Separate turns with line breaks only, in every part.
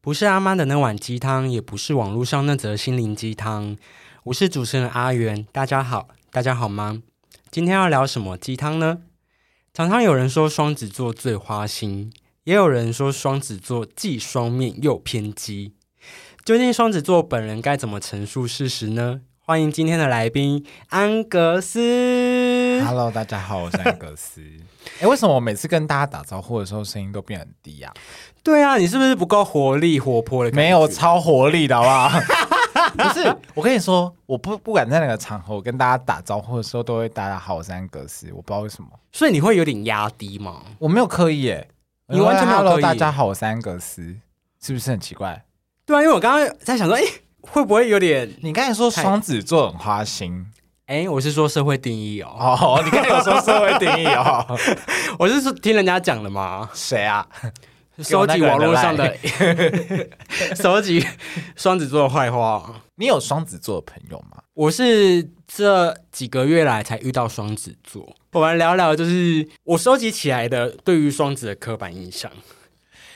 不是阿妈的那碗鸡汤，也不是网络上那则心灵鸡汤。我是主持人阿元，大家好，大家好吗？今天要聊什么鸡汤呢？常常有人说双子座最花心，也有人说双子座既双面又偏激。究竟双子座本人该怎么陈述事实呢？欢迎今天的来宾安格斯。
Hello，大家好，我是安格 斯。哎、为什么我每次跟大家打招呼的时候声音都变很低啊？
对啊，你是不是不够活力活泼的？
没有，超活力的好不 好？不是，我跟你说，我不不管在哪个场合，我跟大家打招呼的时候都会大家好，我是安格斯。我不知道为什么，
所以你会有点压低吗？
我没有刻意耶、
你完全没有刻意
Hello，大家好，我是安格斯，是不是很奇怪？
对啊，因为我刚刚在想说，哎、会不会有点？
你刚才说双子座很花心
哎、我是说社会定义哦，
哦，你刚才有说社会定义哦，
我是说听人家讲的嘛，
谁啊？
收集网络上的， 收集双子座的坏话。啊
你有双子座的朋友吗？
我是这几个月来才遇到双子座，我们聊聊就是我收集起来的对于双子的刻板印象。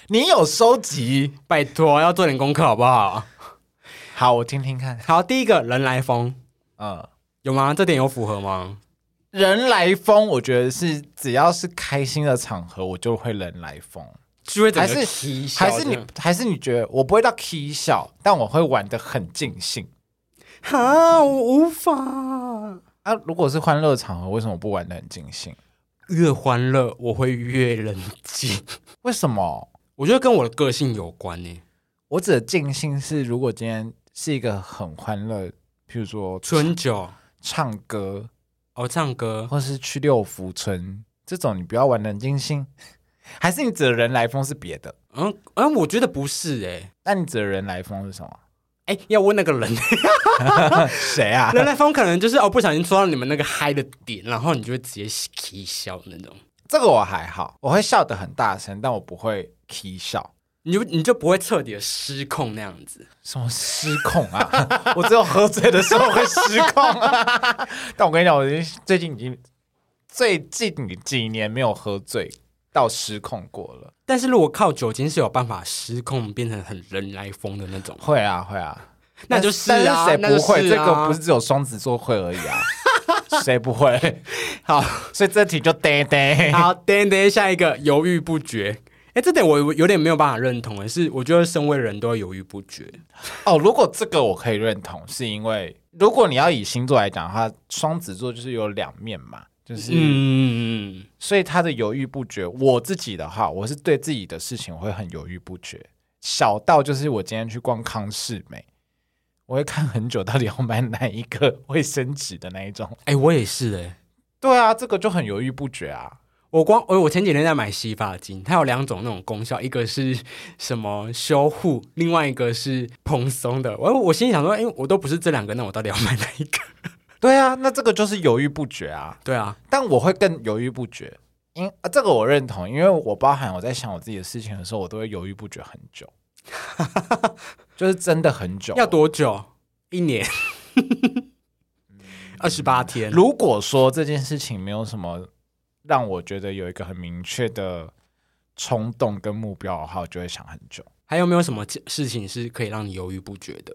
你有收集？
拜托，要做点功课好不好？
好，我听听看。
好，第一个人来疯
嗯。
有吗？这点有符合吗？
人来疯，我觉得是只要是开心的场合，我就会人来疯。
就会整个
还是
啼笑
还是
这
你
样，
还是你觉得我不会到 k 笑，但我会玩的很尽兴
哈，我无法。
啊。如果是欢乐场合，为什么不玩的很尽兴？
越欢乐，我会越冷静。
为什么？
我觉得跟我的个性有关呢、欸
我指的尽兴是，如果今天是一个很欢乐，譬如说
春酒
唱歌，
哦，唱歌
或是去六福村这种，你不要玩的很尽兴。 还是你指的人来疯是别的？
嗯嗯，我觉得不是哎、
那你指的人来疯是什么？
哎、要问那个人，
谁啊？
人来疯可能就是哦，不小心戳到你们那个嗨的点，然后你就会直接起笑那种，
这个我还好，我会笑得很大声，但我不会 k 笑。
你就你就不会彻底的失控那样子。
什么失控啊？ 我只有喝醉的时候会失控、啊。 但我跟你讲，我已经最近已经最近几年没有喝醉到失控过了。
但是如果靠酒精是有办法失控变成很人来疯的那 种，
会啊，会啊，
那就是
但
啊，
但是
那
谁
就
不会？
是
这
啊
个不是只有双子座会而已啊，谁不 会？
好。
所以这题就呆呆。
好，等等下一个犹豫不决。哎、这点我有点没有办法认同的是，我觉得身为人都会犹豫不决。
哦，如果这个我可以认同，是因为如果你要以星座来讲的话，双子座就是有两面嘛，就是。
嗯，
所以他的犹豫不决，我自己的话，我是对自己的事情我会很犹豫不决，小到就是我今天去逛康士美，我会看很久到底要买哪一个卫生纸的那一种。
哎、我也是哎、
对啊，这个就很犹豫不决啊。
我光哎我我前几天在买洗发精，它有两种那种功效，一个是什么修护，另外一个是蓬松的。我我心里想说，哎、我都不是这两个，那我到底要买哪一个？
对啊，那这个就是犹豫不决啊。
对啊，
但我会更犹豫不决，因、啊、这个我认同，因为我包含我在想我自己的事情的时候，我都会犹豫不决很久， 就是真的很久。
要多久？一年，二十八天。
嗯如果说这件事情没有什么让我觉得有一个很明确的冲动跟目标的话，我就会想很久。
还有没有什么事情是可以让你犹豫不决的？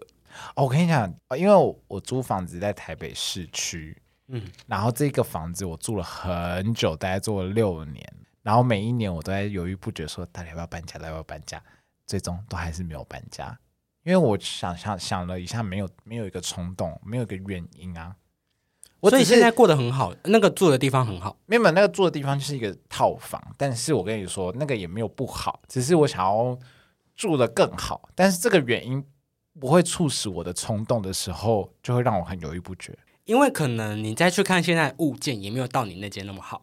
哦，我跟你讲，呃因为我我租房子在台北市区，
嗯
嗯，然后这个房子我住了很久，大概住了六年，然后每一年我都在犹豫不决，说到底要不要搬家，到底要不要搬家，最终都还是没有搬家，因为我想想想了一下，没有没有一个冲动，没有一个原因啊。我
所以
只是
现在过得很好，那个住的地方很好。
没有没有那个住的地方就是一个套房，但是我跟你说，那个也没有不好，只是我想要住的更好，但是这个原因不会促使我的冲动的时候，就会让我很犹豫不决。
因为可能你再去看现在物件，也没有到你那间那么好。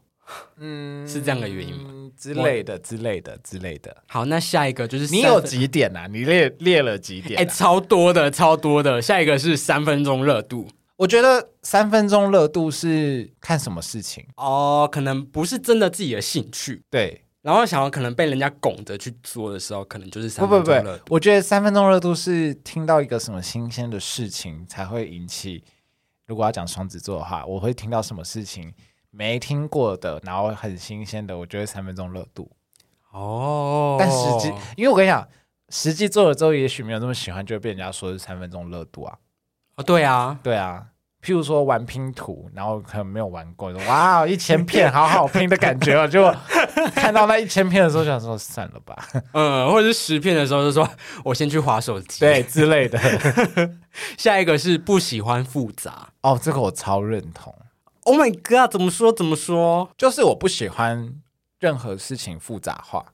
嗯，
是这样的原因吗
吗？之类的，之类的，之类的。
好，那下一个就是
你
三
有
分
几点啊？你列列了几点、啊
哎、超多的，超多的。下一个是三分钟热度
我觉得三分钟热度是看什么事情？
哦，可能不是真的自己的兴趣，
对，
然后想要可能被人家拱着去做的时候，可能就是
不
三
不
分
不
钟热度。，
我觉得三分钟热度是听到一个什么新鲜的事情才会引起。如果要讲双子座的话，我会听到什么事情没听过的，然后很新鲜的，我觉得三分钟热度。
哦，
但实际，因为我跟你讲，实际做了之后，也许没有那么喜欢，就会被人家说是三分钟热度啊。
哦，对啊，
对啊，譬如说玩拼图，然后可能没有玩过，说哇哦一千片好好拼的感觉哦，结果看到那一千片的时候，想说算了吧，
嗯，或者是十片的时候就说，哦我先去划手机。
对，之类的。
下一个是不喜欢复杂。
哦，这个我超认同，
Oh my god，怎么说怎么说？
就是我不喜欢任何事情复杂化。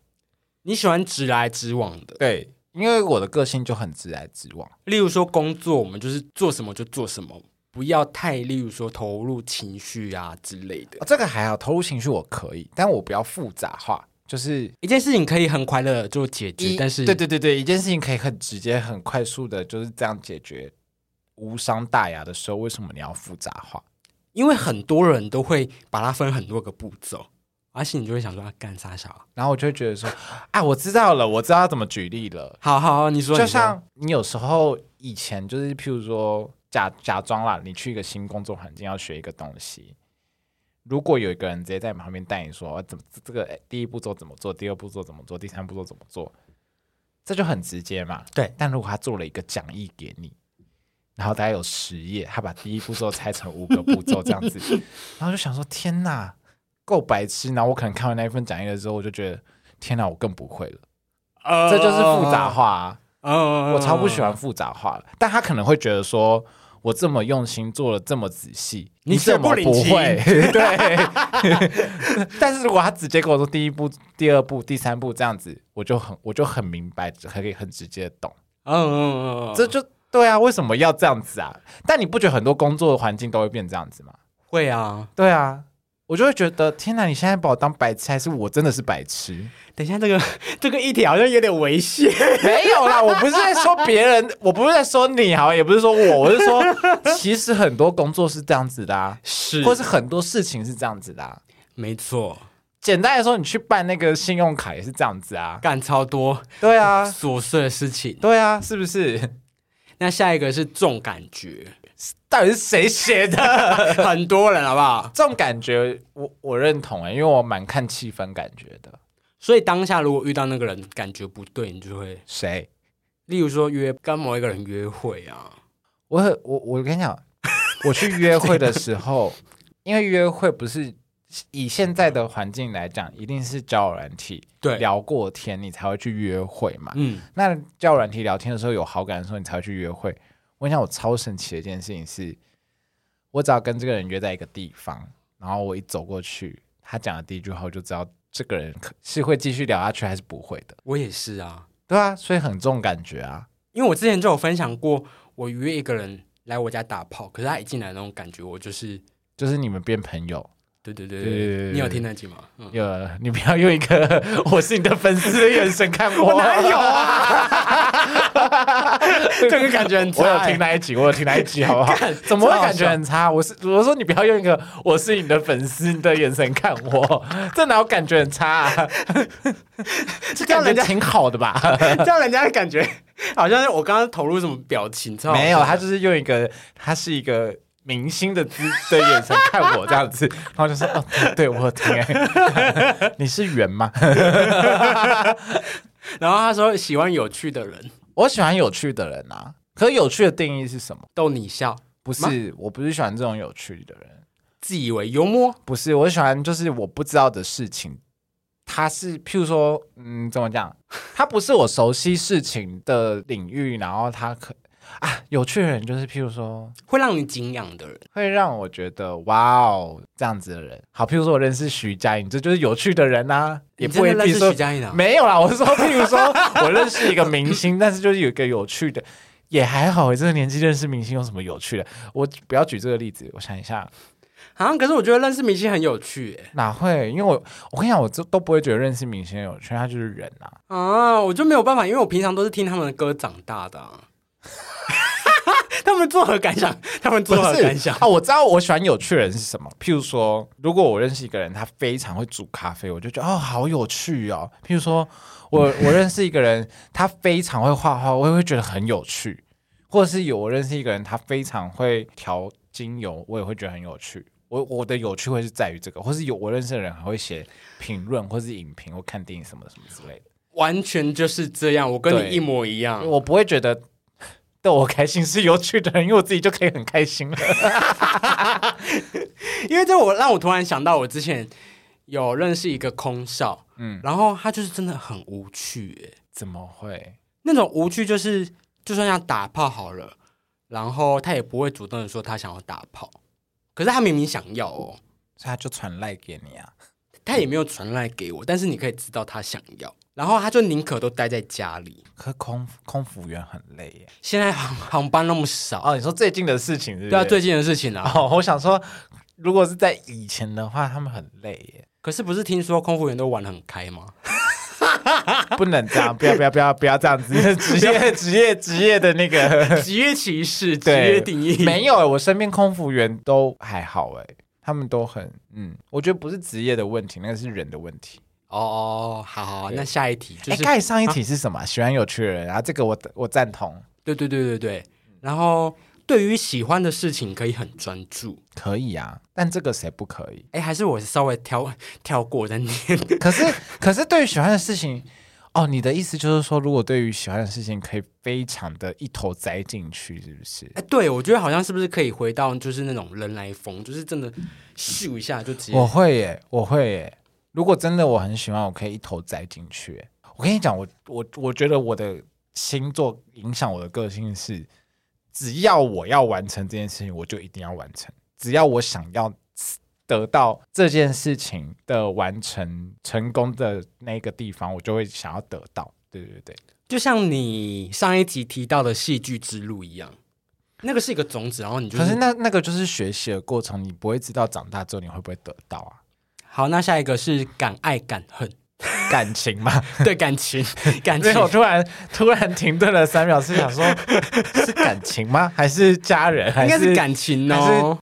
你喜欢直来直往的，
对，因为我的个性就很直来直往。
例如说工作，我们就是做什么就做什么，不要太例如说投入情绪啊之类的
哦。这个还好，投入情绪我可以，但我不要复杂化。就是
一件事情可以很快乐地就解决，但是
对对对对，一件事情可以很直接、很快速的，就是这样解决，无伤大雅的时候，为什么你要复杂化？
因为很多人都会把它分很多个步骤，而且你就会想说啊，干啥小？
然后我就会觉得说，啊，我知道了，我知道要怎么举例了。
好好，好啊你说，
就
你说
像你有时候以前就是，譬如说假假装啦，你去一个新工作环境要学一个东西，如果有一个人直接在你旁边带你说，啊怎么这个哎第一步骤怎么做，第二步骤怎么做，第三步骤怎么做，这就很直接嘛。
对
但如果他做了一个讲义给你，然后大概有十页，他把第一步骤拆成五个步骤 这样子，然后就想说天哪，够白痴！然后我可能看完那一份讲义了之后，我就觉得天哪，我更不会了，
呃
这就是复杂，化、
嗯嗯嗯
啊。呃我超不喜欢复杂化的，但他可能会觉得说，我这么用心做了这么仔细，
你却
怎
不
么
领
不
情
会？ 对。 但是如果他直接跟我说第一步、第二步、第三步这样子，我就很我就很明白，可以很直接地懂。
嗯嗯嗯嗯，
这就对啊，为什么要这样子啊？但你不觉得很多工作环境都会变这样子吗？
会啊。
对啊。我就会觉得，天哪！你现在把我当白痴，还是我真的是白痴？
等一下，这个 这个议题好像有点危险。
没有啦，我不是在说别人，我不是在说你，好，也不是说我，我是说，其实很多工作是这样子的啊，
是
或是很多事情是这样子的、啊。
没错，
简单来说，你去办那个信用卡也是这样子啊。
干超多
对啊，
琐碎的事情。
对啊，是不是？
那下一个是重感觉，
到底是谁写的？
很多人好不好？
这种感觉我我认同哎、因为我蛮看气氛感觉的。
所以当下如果遇到那个人感觉不对，你就会，
谁？
例如说约跟某一个人约会啊，
我很我我跟你讲，我去约会的时候， 因为约会不是以现在的环境来讲，一定是交友软体，
对
聊过天你才会去约会嘛。
嗯，
那交友软体聊天的时候有好感的时候，你才会去约会。我想我超神奇的一件事情是，我只要跟这个人约在一个地方，然后我一走过去，他讲的第一句话，我就知道这个人可是会继续聊下去还是不会的。
我也是啊，
对啊，所以很重感觉啊。
因为我之前就有分享过，我约一个人来我家打炮，可是他一进来那种感觉，我就是，
就是你们变朋友，
对对对
对对对对
你有听得见吗？嗯，
有你不要用一个 我是你的粉丝的眼神看
哦
我，我哪有啊？
这个感觉很差
我有
欸
听那一集，我有听那一集，好不 好？怎么会感觉很差？我是我说你不要用一个我是你的粉丝的眼神看我，这哪有感觉很差、啊？ 这
这样
感
人
觉
家
挺好的吧？
这样人家的感觉好像是我刚刚投入什么表情，超好笑
没有，他就是用一个他是一个明星的姿的眼神看我这样子，然后就说哦，对对我有听、欸， 你是圆吗？
然后他说喜欢有趣的人，
我喜欢有趣的人啊，可有趣的定义是什么？
逗你笑，
不是，我不是喜欢这种有趣的人，
自以为幽默，
不是，我喜欢就是我不知道的事情，它是譬如说，嗯，怎么讲？它不是我熟悉事情的领域，然后它可啊，有趣的人就是譬如说，
会让你敬仰的人。
会让我觉得哇哦这样子的人，好，譬如说我认识徐佳莹，这就是有趣的人啊，也
你
不
真
一
的认
定
识
说
徐佳莹啊？
没有啦，我是说，譬如说我认识一个明星， 但是就是有一个有趣的，也还好，这个年纪认识明星有什么有趣的？我不要举这个例子，我想一下。
好啊像可是我觉得认识明星很有趣耶
哪会？因为我我跟你讲，我都都不会觉得认识明星有趣，他就是人啊。
啊，我就没有办法，因为我平常都是听他们的歌长大的、啊。 他们作何感想？他们作何感想？
啊！我知道我喜欢有趣的人是什么。譬如说，如果我认识一个人，他非常会煮咖啡，我就觉得哦，好有趣哦。譬如说我
嗯
我认识一个人，他非常会画画，我也会觉得很有趣。或者是有我认识一个人，他非常会调精油，我也会觉得很有趣。我我的有趣会是在于这个，或是有我认识的人还会写评论，或是影评，或看电影什么什么之类的。
完全就是这样，我跟
对
你一模一样。
我不会觉得逗我开心是有趣的，因为我自己就可以很开心了。
因为这我让我突然想到，我之前有认识一个空少，嗯，然后他就是真的很无趣、欸，
怎么会？
那种无趣就是就算要打炮好了，然后他也不会主动的说他想要打炮，可是他明明想要哦，
所以他就传赖给你啊？
他也没有传来给我，但是你可以知道他想要，然后他就宁可都待在家里。
可空空服员很累耶。
现在航航班那么 少，
哦，你说最近的事情是不是？
对啊，最近的事情啊，
哦，我想说，如果是在以前的话，他们很累耶，
可是不是听说空服员都玩得很开吗？
不能这样，不要不要不要不要这样子， 职业职业职业的那个
职业歧视，职
对
业定义
没有耶，我身边空服员都还好哎，他们都很嗯，我觉得不是职业的问题，那个是人的问题。
哦哦，好好，
对
那下一题就
哎，
是，啊
盖上一题是什么？喜欢有趣的人，然后这个我我赞同，
对对对对对，然后对于喜欢的事情可以很专注。
可以啊，但这个谁不可以？
哎，还是我稍微挑 跳过再念。
可是，可是对于喜欢的事情，哦，你的意思就是说，如果对于喜欢的事情可以非常的一头栽进去，是不是？
哎，对，我觉得好像是不是可以回到就是那种人来疯，就是真的咻一下就直接
我会耶，我会耶。如果真的我很喜欢，我可以一头栽进去耶。我跟你讲，我我我觉得我的星座影响我的个性是，只要我要完成这件事情，我就一定要完成。只要我想要得到这件事情的完成成功的那个地方，我就会想要得到。对对对。
就像你上一集提到的戏剧之路一样，那个是一个种子，然后你就
可是那那个就是学习的过程，你不会知道长大之后你会不会得到啊？
好，那下一个是敢爱敢恨，
感情嘛，
对感 情 感情
所以我突然突然停顿了三秒，是 想说，是感情吗？还是家人？还
应该是感情哦，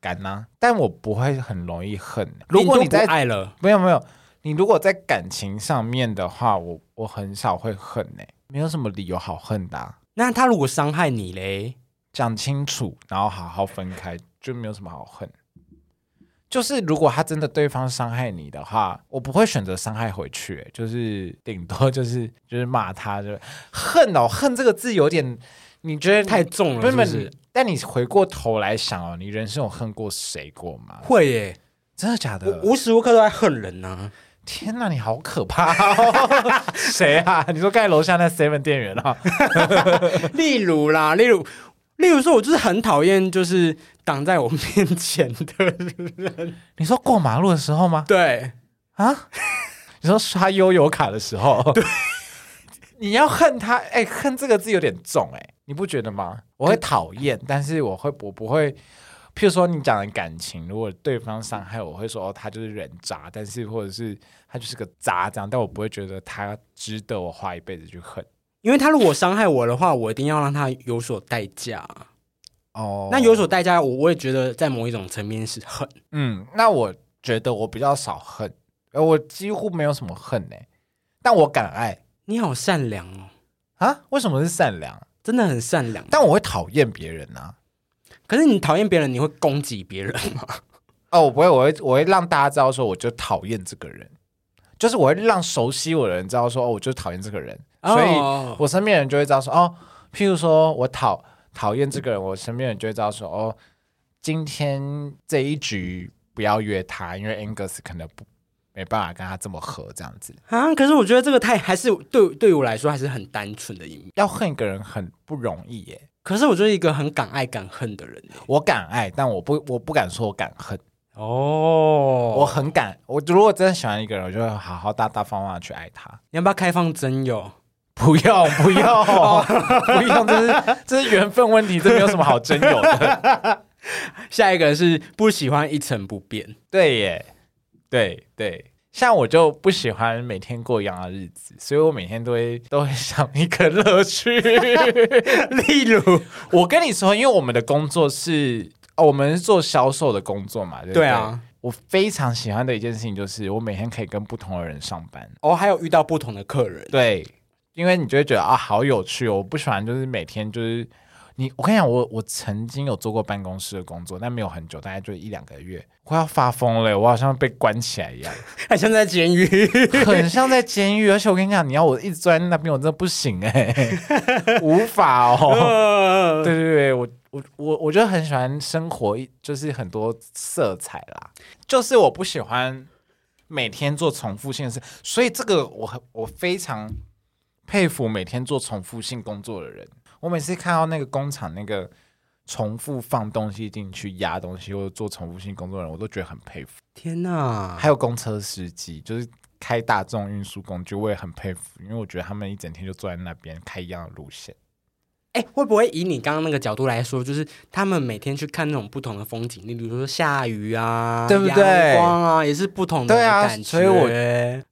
感呢、但我不会很容易恨。
顶
如果
多
你
不
在
爱了，
没有没有，你如果在感情上面的话，我我很少会恨呢、没有什么理由好恨的、啊。
那他如果伤害你嘞，
讲清楚，然后好好分开，就没有什么好恨。就是如果他真的对方伤害你的话，我不会选择伤害回去、欸就是顶多就是就是骂他，就是恨哦，恨这个字有点，你觉得
太重了
不
是不
是
是？
但你回过头来想哦，你人生有恨过谁过吗？
会耶，
真的假
我
的？
无时无刻都在恨人啊呐、
天哪，你好可怕、哦！ 谁啊？你说盖楼下那 seven 店员啊？
例如啦，例如，例如说，我就是很讨厌就是挡在我面前的 人，
你说过马路的时候吗？
对，
啊？你说刷悠游卡的时候， 对，你要恨他，哎、恨这个字有点重、哎，你不觉得吗？我会讨厌，但是我会，我不会。譬如说你讲的感情，如果对方伤害我，我会说哦，他就是人渣，但是或者是他就是个渣这样，但我不会觉得他值得我花一辈子去恨。
因为他如果伤害我的话，我一定要让他有所代价。
哦
那有所代价，我我也觉得在某一种层面是恨。
嗯，那我觉得我比较少恨，呃，我几乎没有什么恨哎、但我敢爱
你好善良哦，
啊？为什么是善良？
真的很善良。
但我会讨厌别人啊。
可是你讨厌别人，你会攻击别人吗？
哦，我不会，我会我会让大家知道说，我就讨厌这个人，就是我会让熟悉我的人知道说，哦，我就讨厌这个人，所以
哦
我身边人就会知道说，哦，譬如说我讨讨厌这个人，我身边人就会知道说，哦，今天这一局不要约他，因为 Angus 可能不没办法跟他这么合，这样子。
啊，可是我觉得这个太还是对对我来说还是很单纯的一面。
要恨一个人很不容易耶，
可是我就是一个很敢爱敢恨的人耶欸
我敢爱，但我不我不敢说我敢恨，
哦
我很敢，我如果真的喜欢一个人，我就会好好大大方方的去爱他。
你要不要开放真友？
不用，不 用，
哦
不用，这是这是缘分问题，这没有什么好真 有的。
下一个是不喜欢一成不 变。
对耶，对对，像我就不喜欢每天过一样的日子，所以我每天都会都会想一个乐趣。
例如，
我跟你说，因为我们的工作是哦，我们是做销售的工作嘛，对不对
对啊。
我非常喜欢的一件事情就是，我每天可以跟不同的人上班。
哦，还有遇到不同的客人，
对，因为你就会觉得啊，好有趣哦！我不喜欢就是每天就是你我跟你讲，我我曾经有做过办公室的工作，但没有很久，大概就一两个月，我要发疯了，我好像被关起来一样，
还像在监狱。
很像在监狱。而且我跟你讲，你要我一直坐在那边，我真的不行哎、无法 哦。对对对，我我我我就很喜欢生活一，就是很多色彩啦，就是我不喜欢每天做重复性的事，所以这个我很我非常佩服每天做重复性工作的人。我每次看到那个工厂那个重复放东西进去、压东西或者做重复性工作的人，我都觉得很佩服。
天哪！
还有公车司机，就是开大众运输工具，我也很佩服，因为我觉得他们一整天就坐在那边开一样的路线。
哎，会不会以你刚刚那个角度来说，就是他们每天去看那种不同的风景，例如说下雨啊，
对不对
阳光啊，也是不同的
对啊
感觉。
所以我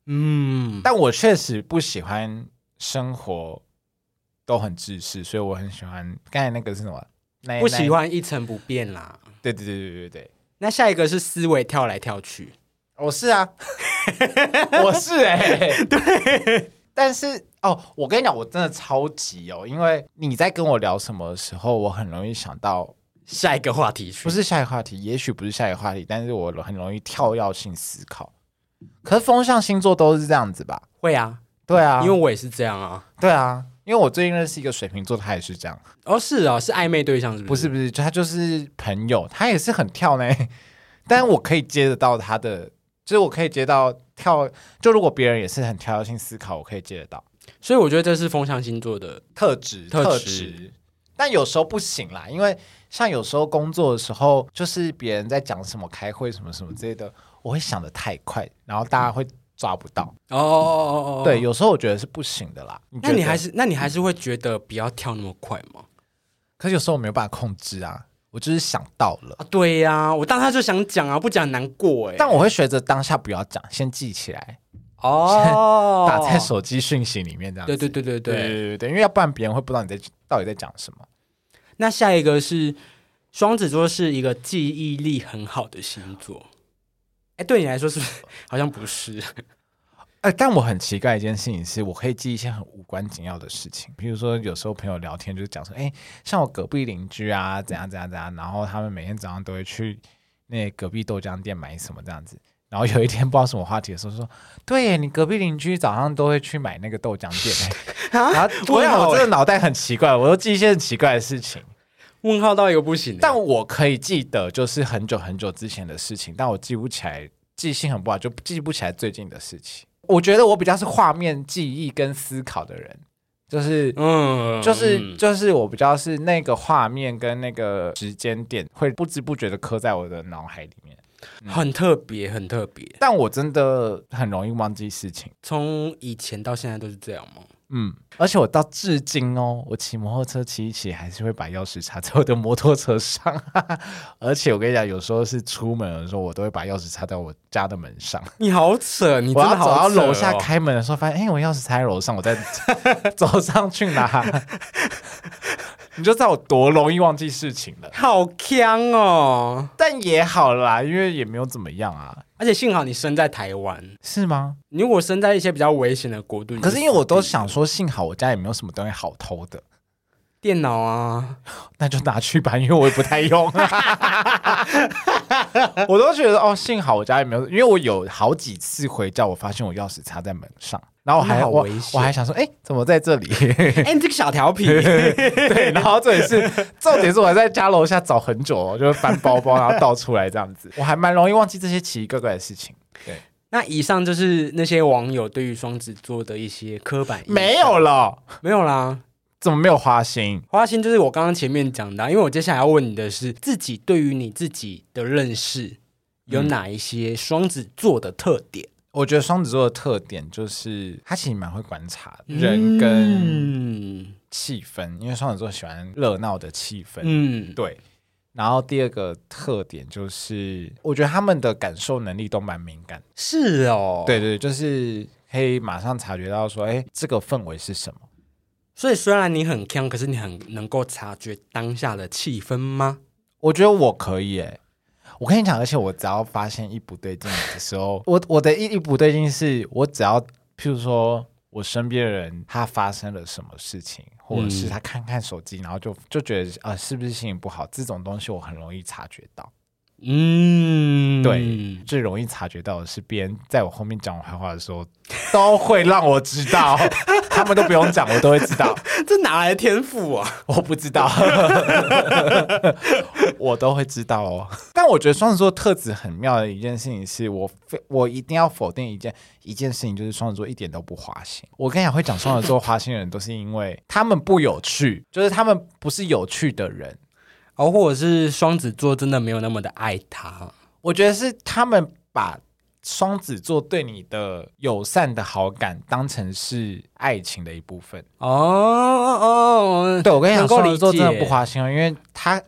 嗯，
但我确实不喜欢生活都很制式，所以我很喜欢刚才那个是什么？那
不喜。欢一成不变啦。
那对对对对对对，
那下一个是思维跳来跳去，
我是啊， 我是哎、 对。但是哦，我跟你讲，我真的超级哦，因为你在跟我聊什么的时候，我很容易想到，
下一个话题去
不是下一个话题，也许不是下一个话题，但是我很容易跳跃性思考。可是风象星座都是这样子吧？
会啊，
对啊，
因为我也是这样啊。
对啊，因为我最近认识一个水瓶座，他也是这样。
哦，是哦，是暧昧对象是
不
不
是
是？
不是，就他就是朋友，他也是很跳呢， 但我可以接得到他的，就是我可以接到跳，就如果别人也是很跳跃性思考，我可以接得到
所以我觉得这是风象星座的
特质
特质
但有时候不行啦，因为像有时候工作的时候，就是别人在讲什么开会什么什么之类的，我会想的太快，然后大家会抓不到。
哦哦哦哦哦，
对，。有时候我觉得是不行的啦。
那你还
是，
是那你还是会觉得不要跳那么快吗？
可是有时候我没有办法控制啊，我就是想到了。
啊，对呀、我当他就想讲啊，不讲难过哎、
但我会学着当下不要讲，先记起来，
哦
打在手机讯息里面这样子。
对对对对
对
对。
对对对因为要不然别人会不知道你在到底在讲什么。
那下一个是双子座，是一个记忆力很好的星座。哎，对你来说是不是 好像不是？
哎，但我很奇怪一件事情是，我可以记一些很无关紧要的事情，比如说有时候朋友聊天就是讲说，哎，像我隔壁邻居啊，怎样怎样怎样，然后他们每天早上都会去那隔壁豆浆店买什么这样子。然后有一天不知道什么话题的时候说，对耶，你隔壁邻居早上都会去买那个豆浆店。 哎然后我
问
想
号
我
哎
这个脑袋很奇怪，我都记一些很奇怪的事情。
问号到一个不行欸、
但我可以记得，就是很久很久之前的事情，但我记不起来，记性很不好，就记不起来最近的事情。我觉得我比较是画面记忆跟思考的人，就是。
嗯，
就是
嗯
就是我比较是那个画面跟那个时间点会不知不觉的刻在我的脑海里面，
很特别，很特别。
但我真的很容易忘记事情，
从以前到现在都是这样吗？
嗯，而且我到至今哦，我骑摩托车骑一骑还是会把钥匙插在我的摩托车上， 而且我跟你讲，有时候是出门的时候，我都会把钥匙插在我家的门上。
你好扯，你
我
真
要
的
走
好
到
扯哦
楼下开门的时候，发现哎、我钥匙插在楼上，我再走上去拿。 你就知道我多容易忘记事情了，
好呛哦。
但也好啦，因为也没有怎么样啊，
而且幸好你生在台湾，
是吗？
你如果生在一些比较危险的国度，你就
可是因为我都
死定了
想说，幸好我家也没有什么东西好偷的，
电脑啊，
那就拿去吧，因为我也不太 用。我都觉得哦，幸好我家也没有，因为我有好几次回家，我发现我钥匙插在门上，然后我还
那好
我
危险
我还想说，哎、怎么在这里？
哎、你这个小调皮，
对，然后这也是重点是我还在家楼下找很久哦，就是翻包包，然后倒出来这样子，我还蛮容易忘记这些奇奇怪怪的事情。
那以上就是那些网友对于双子座的一些刻板印象
没有了，
没有啦。
怎么没有花心？
花心就是我刚刚前面讲的啊、因为我接下来要问你的是，自己对于你自己的认识有哪一些双子座的特点？
我觉得双子座的特点就是他其实蛮会观察嗯人跟
嗯
气氛，因为双子座喜欢热闹的气氛。
嗯
对。然后第二个特点就是，我觉得他们的感受能力都蛮敏感的。
是哦，
对，对，就是可以马上察觉到说，哎，这个氛围是什么。
所以虽然你很强，可是你很能够察觉当下的气氛吗？
我觉得我可以诶、我跟你讲，而且我只要 发现一不对劲的时候，我我的一一不对劲是，我只要譬如说我身边的人他发生了什么事情，或者是他看看手机，然后就就觉得啊、是不是心情不好？这种东西我很容易察觉到。
嗯，
对，最容易察觉到的是别人在我后面讲我坏话的时候，都会让我知道，他们都不用讲，我都会知道。
这哪来的天赋啊？
我不知道， 我都会知道哦。但我觉得双子座特质很妙的一件事情是，我非我一定要否定一件一件事情，就是双子座一点都不花心。我跟你讲，会讲双子座花心的人，都是因为他们不有趣，就是他们不是有趣的人。
哦，或者是双子座真的没有那么的爱他，
我觉得是他们把双子座对你的友善的好感当成是爱情的一部分。
哦哦，
对，我跟你讲，
能够
双
理
子座真的
解
不花心哦，因为他，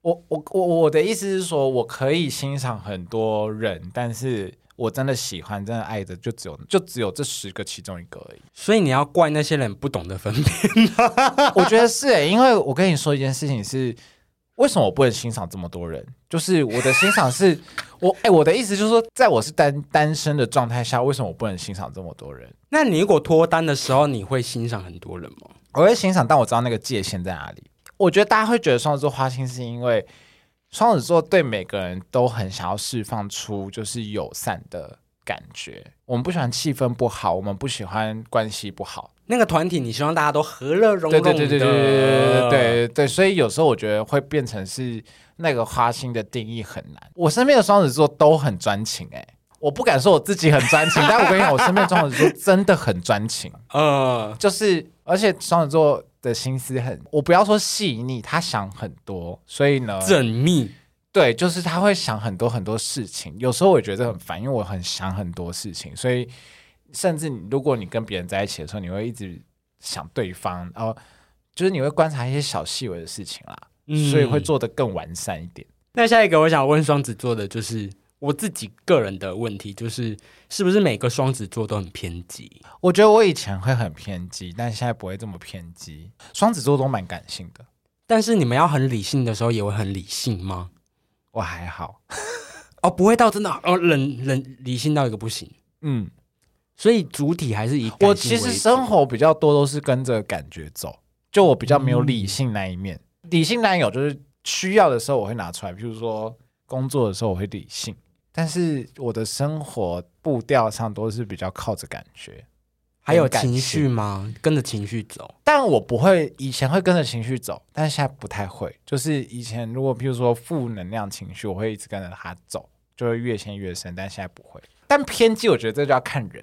我我我我的意思是说，我可以欣赏很多人，但是我真的喜欢、真的爱的，就只有就只有这十个其中一个而已。
所以你要怪那些人不懂得分辨。
我觉得是诶、因为我跟你说一件事情是，为什么我不能欣赏这么多人？就是我的欣赏是，我哎、我的意思就是说，在我是单单身的状态下，为什么我不能欣赏这么多人？
那你如果脱单的时候，你会欣赏很多人吗？
我会欣赏，但我知道那个界限在哪里。我觉得大家会觉得双子座花心，是因为双子座对每个人都很想要释放出就是友善的感觉。我们不喜欢气氛不好，我们不喜欢关系不好。
那个团体，你希望大家都和乐融
对
融的，
对对对对对对对对，所以有时候我觉得会变成是那个花心的定义很难。我身边的双子座都很专情、欸，我不敢说我自己很专情，但我跟你讲，我身边的双子座真的很专情。
呃，
就是而且双子座的心思很，我不要说细腻，他想很多，所以呢，
缜密，
对，就是他会想很多很多事情。有时候我觉得很烦，因为我很想很多事情，所以甚至你如果你跟别人在一起的时候，你会一直想对方，然后就是你会观察一些小细微的事情啦，
嗯
所以会做得更完善一点。
那下一个我想问双子座的，就是我自己个人的问题，就是是不是每个双子座都很偏激？
我觉得我以前会很偏激，但现在不会这么偏激。双子座都蛮感性的，
但是你们要很理性的时候，也会很理性吗？
我还好，
哦，不会到真的哦，冷冷理性到一个不行，
嗯。
所以主体还是以
我
感性
其实
为主
生活比较多都是跟着感觉走，就我比较
嗯
没有理性那一面。理性那有就是需要的时候我会拿出来，比如说工作的时候我会理性，但是我的生活步调上都是比较靠着感觉。
还有
很感
情绪
性
吗？跟着情绪走，
但我不会，以前会跟着情绪走，但是现在不太会。就是以前如果譬如说负能量情绪，我会一直跟着它走，就会越陷越深，但现在不会。但偏激，我觉得这就要看人。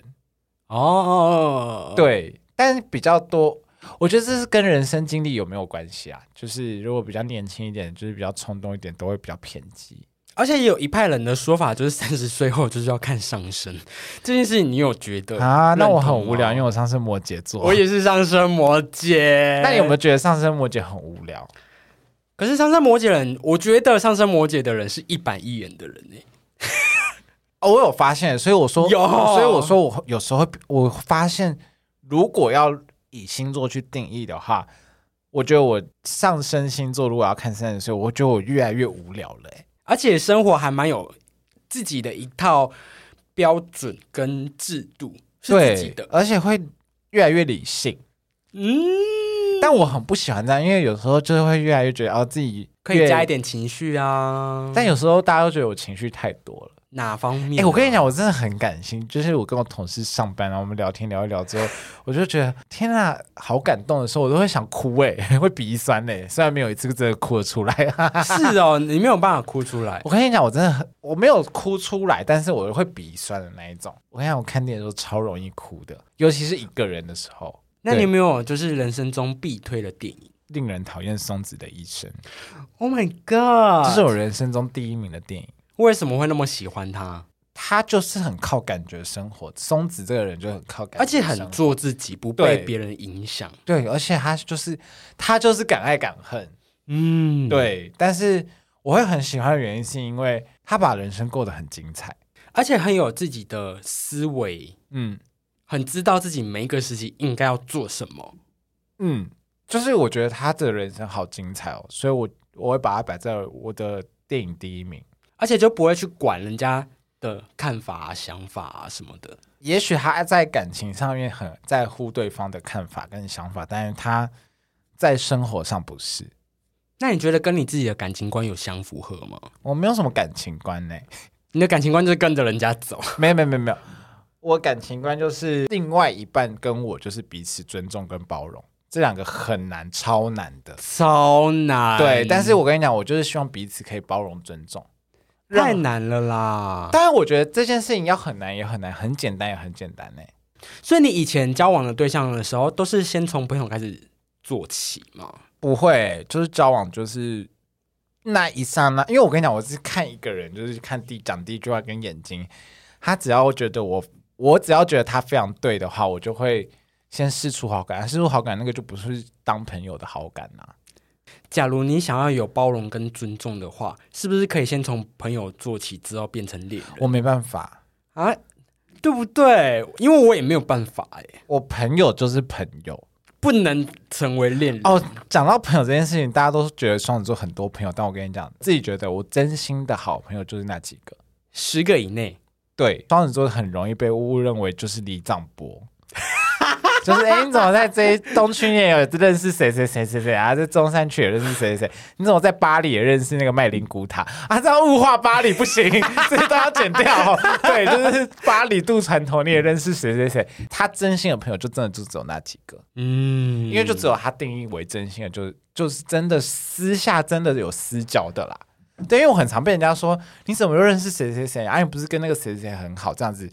哦哦，哦，
对，但比较多，我觉得这是跟人生经历有没有关系啊？就是如果比较年轻一点，就是比较冲动一点，都会比较偏激。
而且也有一派人的说法，就是 三十岁后就是要看上升这件事，情，你有觉得
啊，那我很
认同吗
无聊，因为我上升摩羯座。
我也是上升摩羯。
那你有没有觉得上升摩羯很无聊？
可是上升摩羯人，我觉得上升摩羯的人是一板一眼的人欸诶、
哦，我有发现，所以我说
有
所以我说我有时候会我发现，如果要以星座去定义的话，我觉得我上升星座如果要看三十岁，我觉得我越来越无聊了、欸。
而且生活还蛮有自己的一套标准跟制度，是
对，
自己的。
而且会越来越理性。
嗯，
但我很不喜欢这样，因为有时候就是会越来越觉得哦自己
可以加一
点，
点情绪啊。
但有时候大家都觉得我情绪太多了。
哪方面
哎、
啊、
我跟你讲，我真的很感性，就是我跟我同事上班，然后我们聊天聊一聊之后，我就觉得天啊，好感动的时候，我都会想哭哎、 会鼻酸哎、虽然没有一次真的哭得出来。啊
是哦， 你没有办法哭出来。
我跟你讲，我真的很我没有哭出来，但是我会鼻酸的那一种。我跟你讲，我看电影的时候超容易哭的，尤其是一个人的时候，
那你
对
有没有就是人生中必推的电影
令人讨厌松子的一生，
？Oh my god！
这是我人生中第一名的电影。
为什么会那么喜欢他？
他就是很靠感觉生活，松子这个人就很靠感
而且
觉生活，
很做自己，不
对
被别人影响。
对，而且他就是他就是敢爱敢恨，
嗯，。
对。但是我会很喜欢的原因是因为他把人生过得很精彩，
而且很有自己的思维，
嗯
很知道自己每一个时期应该要做什么。
嗯，就是我觉得他的人生好精彩哦，所以我我会把他摆在我的电影第一名。
而且就不会去管人家的看法、啊、想法啊什么的。
也许他在感情上面很在乎对方的看法跟想法，但是他在生活上不是。
那你觉得跟你自己的感情观有相符合吗？
我没有什么感情观呢、
你的感情观就是跟着人家走，
没有没有没有没有，我感情观就是另外一半跟我就是彼此尊重跟包容，这两个很难，超难的。
超难。
对，但是我跟你讲，我就是希望彼此可以包容尊重。
太难了啦。
当然，我觉得这件事情要很难也很难，很简单也很简单呢、欸
所以你以前交往的对象的时候，都是先从朋友开始做起嘛？
不会，就是交往就是那一刹那，因为我跟你讲，我是看一个人，就是看第讲第一句话跟眼睛，他只要觉得我，我只要觉得他非常对的话，我就会先试出好感，试出好感那个就不是当朋友的好感啊呐、
假如你想要有包容跟尊重的话，是不是可以先从朋友做起，之后变成恋人
我没办法，
啊？对不对？因为我也没有办法哎、
我朋友就是朋友。
不能成为恋人。
哦，讲到朋友这件事情，大家都觉得双子座很多朋友，但我跟你讲，自己觉得我真心的好朋友就是那几个。
十个以内，
对，双子座很容易被误认为就是李长博， 就是哎、诶你怎么在这一东区也有认识谁谁谁谁谁啊？在中山区也认识谁谁谁？你怎么在巴黎也认识那个麦林古塔啊？这样物化巴黎不行， 这些都要剪掉、 对，就是巴黎渡船头你也认识谁谁谁？他真心的朋友就真的就只有那几个，
嗯
因为就只有他定义为真心的，就是就是真的私下真的有私交的啦。对，因为我很常被人家说你怎么又认识谁谁谁啊？你不是跟那个谁谁谁很好这样子，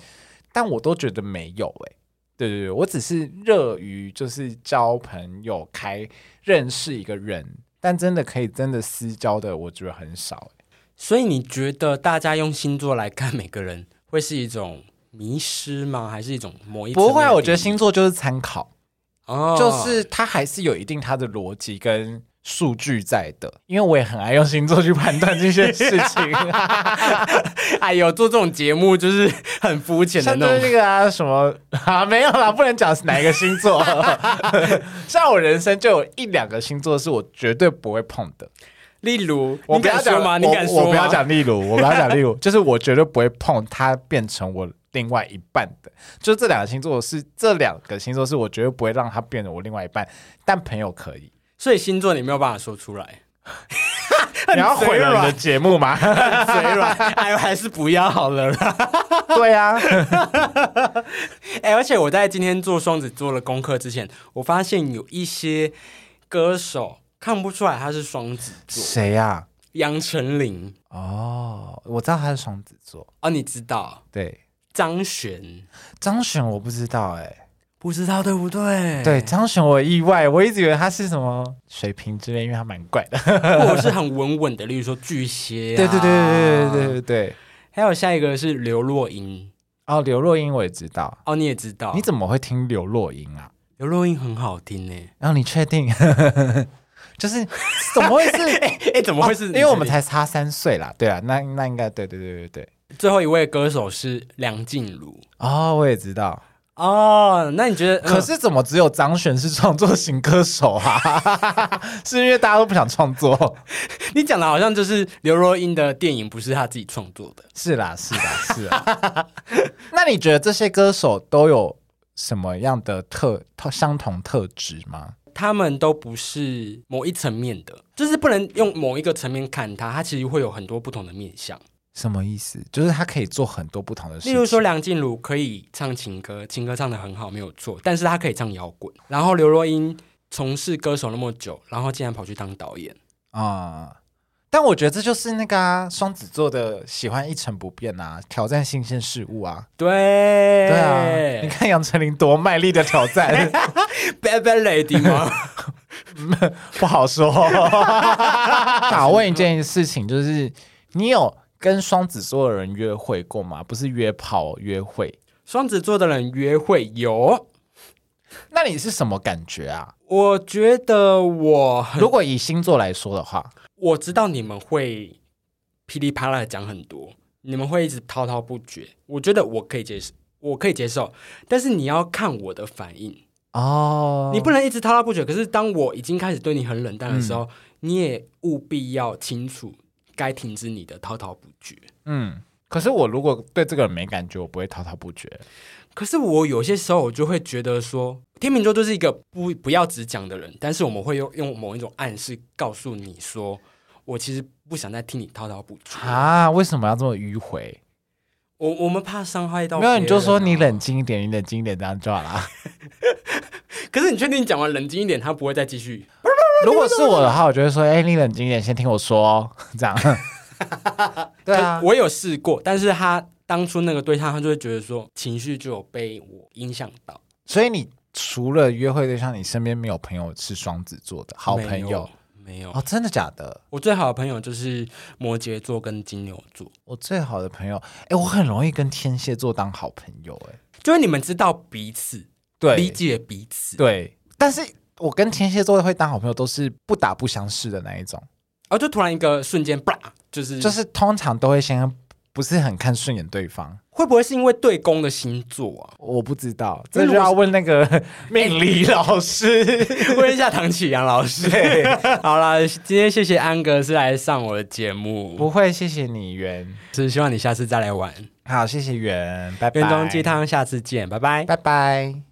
但我都觉得没有哎、对对对，我只是热于就是交朋友、开认识一个人，但真的可以真的私交的，我觉得很少欸、
所以你觉得大家用星座来看每个人，会是一种迷失吗？还是一种某一层
不会啊，
面
我觉得
定义
星座就是参考，
哦，
就是它还是有一定它的逻辑跟数据在的，因为我也很爱用星座去判断这些事 情、
哎呦，做这种节目就是很肤浅的
像就
那
是
种。
那个啊什么 啊没有啦，不能讲是哪一个星 座。像我人生就有一两个星座是我绝对不会碰的，
例如，
我
你
不要
敢说
讲
吗？你
我
敢
我
说
不要
吗？
讲例如，我不要讲例如，就是我绝对不会碰它变成我另外一半的。就这两个星座是这两个星座是我绝对不会让它变成我另外一半，但朋友可 以。
所以星座你没有办法说出来，
你要毁了你的节目吗？
嘴软，哎呦，还是不要好了啦。
对 啊，
哎、而且我在今天做双子座的功课之前，我发现有一些歌手看不出来他是双子座，
谁呀、
杨丞琳
哦，我知道他是双子座，
哦，你知道
对。
张悬，
张悬我不知道哎、
不知道对不对？
对，张悬我意外，我一直以为他是什么水瓶之类，因为他蛮怪的。
或者是很稳稳的，例如说巨蟹、啊，
对对对对对对对对。
还有下一个是刘若英，
哦，刘若英我也知道，
哦，你也知道，
你怎么会听刘若英啊？
刘若英很好听呢、
然后你确定？ 就是怎么会 是？啊
哎、怎么会是、
哦因为我们才差三岁啦，对啊，那那应该对对对对对。
最后一位歌手是梁静茹
哦，我也知道，嗯
哦，那你觉得？
可是怎么只有张悬是创作型歌手啊？ 是因为大家都不想创作？
嗯你讲的好像就是刘若英的电影不是她自己创作的。
是啦，是啦，是啦。 那你觉得这些歌手都有什么样的特特相同特质吗？
他们都不是某一层面的，就是不能用某一个层面看它，它其实会有很多不同的面向。
什么意思？就是他可以做很多不同的事
例
情。
如说，梁静茹可以唱情歌，情歌唱得很好，没有错，但是她可以唱摇滚。然后刘若英从事歌手那么久，然后竟然跑去当导演，
啊、但我觉得这就是那个啊，双子座的喜欢一成不变啊，挑战新鲜事物啊。
对哎
对啊，你看杨丞琳多卖力的挑战，
，Bad Bad Lady 吗？
不好说。 打问一件事情，就是你有跟双子座的人约会过吗？不是约炮约会，
双子座的人约会有，
那你是什么感觉啊？
我觉得我很
如果以星座来说的话，
我知道你们会噼里啪啦的讲很多，你们会一直滔滔不绝。我觉得我可以接受，我可以接受，但是你要看我的反应，
哦，
你不能一直滔滔不绝。可是当我已经开始对你很冷淡的时候，
嗯
你也务必要清楚该停止你的滔滔不绝。
嗯，可是我如果对这个人没感觉，我不会滔滔不绝。
可是我有些时候我就会觉得说，天秤座就是一个不不要只讲的人，但是我们会用用某一种暗示告诉你说，我其实不想再听你滔滔不绝。
啊，为什么要这么迂回？
我我们怕伤害到、啊
没有，你就说你。冷静一点，你冷静一点，这样就好 啦。
可是你确定你讲完冷静一点，他不会再继续？
如果是我的话，我就会说，哎、你冷静一点，先听我说哦、 这样。 对啊，
我有试过，但是他当初那个对象，他就会觉得说情绪就有被我影响到。
所以你除了约会对象，你身边没有朋友是双子座的好朋
没
友
有没有，
哦？真的假的？
我最好的朋友就是摩羯座跟金牛座，
我最好的朋友，哎，我很容易跟天蝎座当好朋友，哎，
就是你们知道彼此，
对
理解彼此。
对，但是我跟天蝎座会当好朋友都是不打不相识的那一种，
哦，就突然一个瞬间，啪，就是
就是通常都会先不是很看顺眼对方。
会不会是因为对宫的星座 啊？
我不知道，
那
这
如
就
果
要问那个 命理老师。
问一下唐启阳老师。 好啦，今天谢谢安格是来上我的节目，
不会，谢谢你袁。
是希望你下次再来玩。
好，谢谢袁，拜拜。
园中鸡，汤，下次见，拜拜。
拜拜。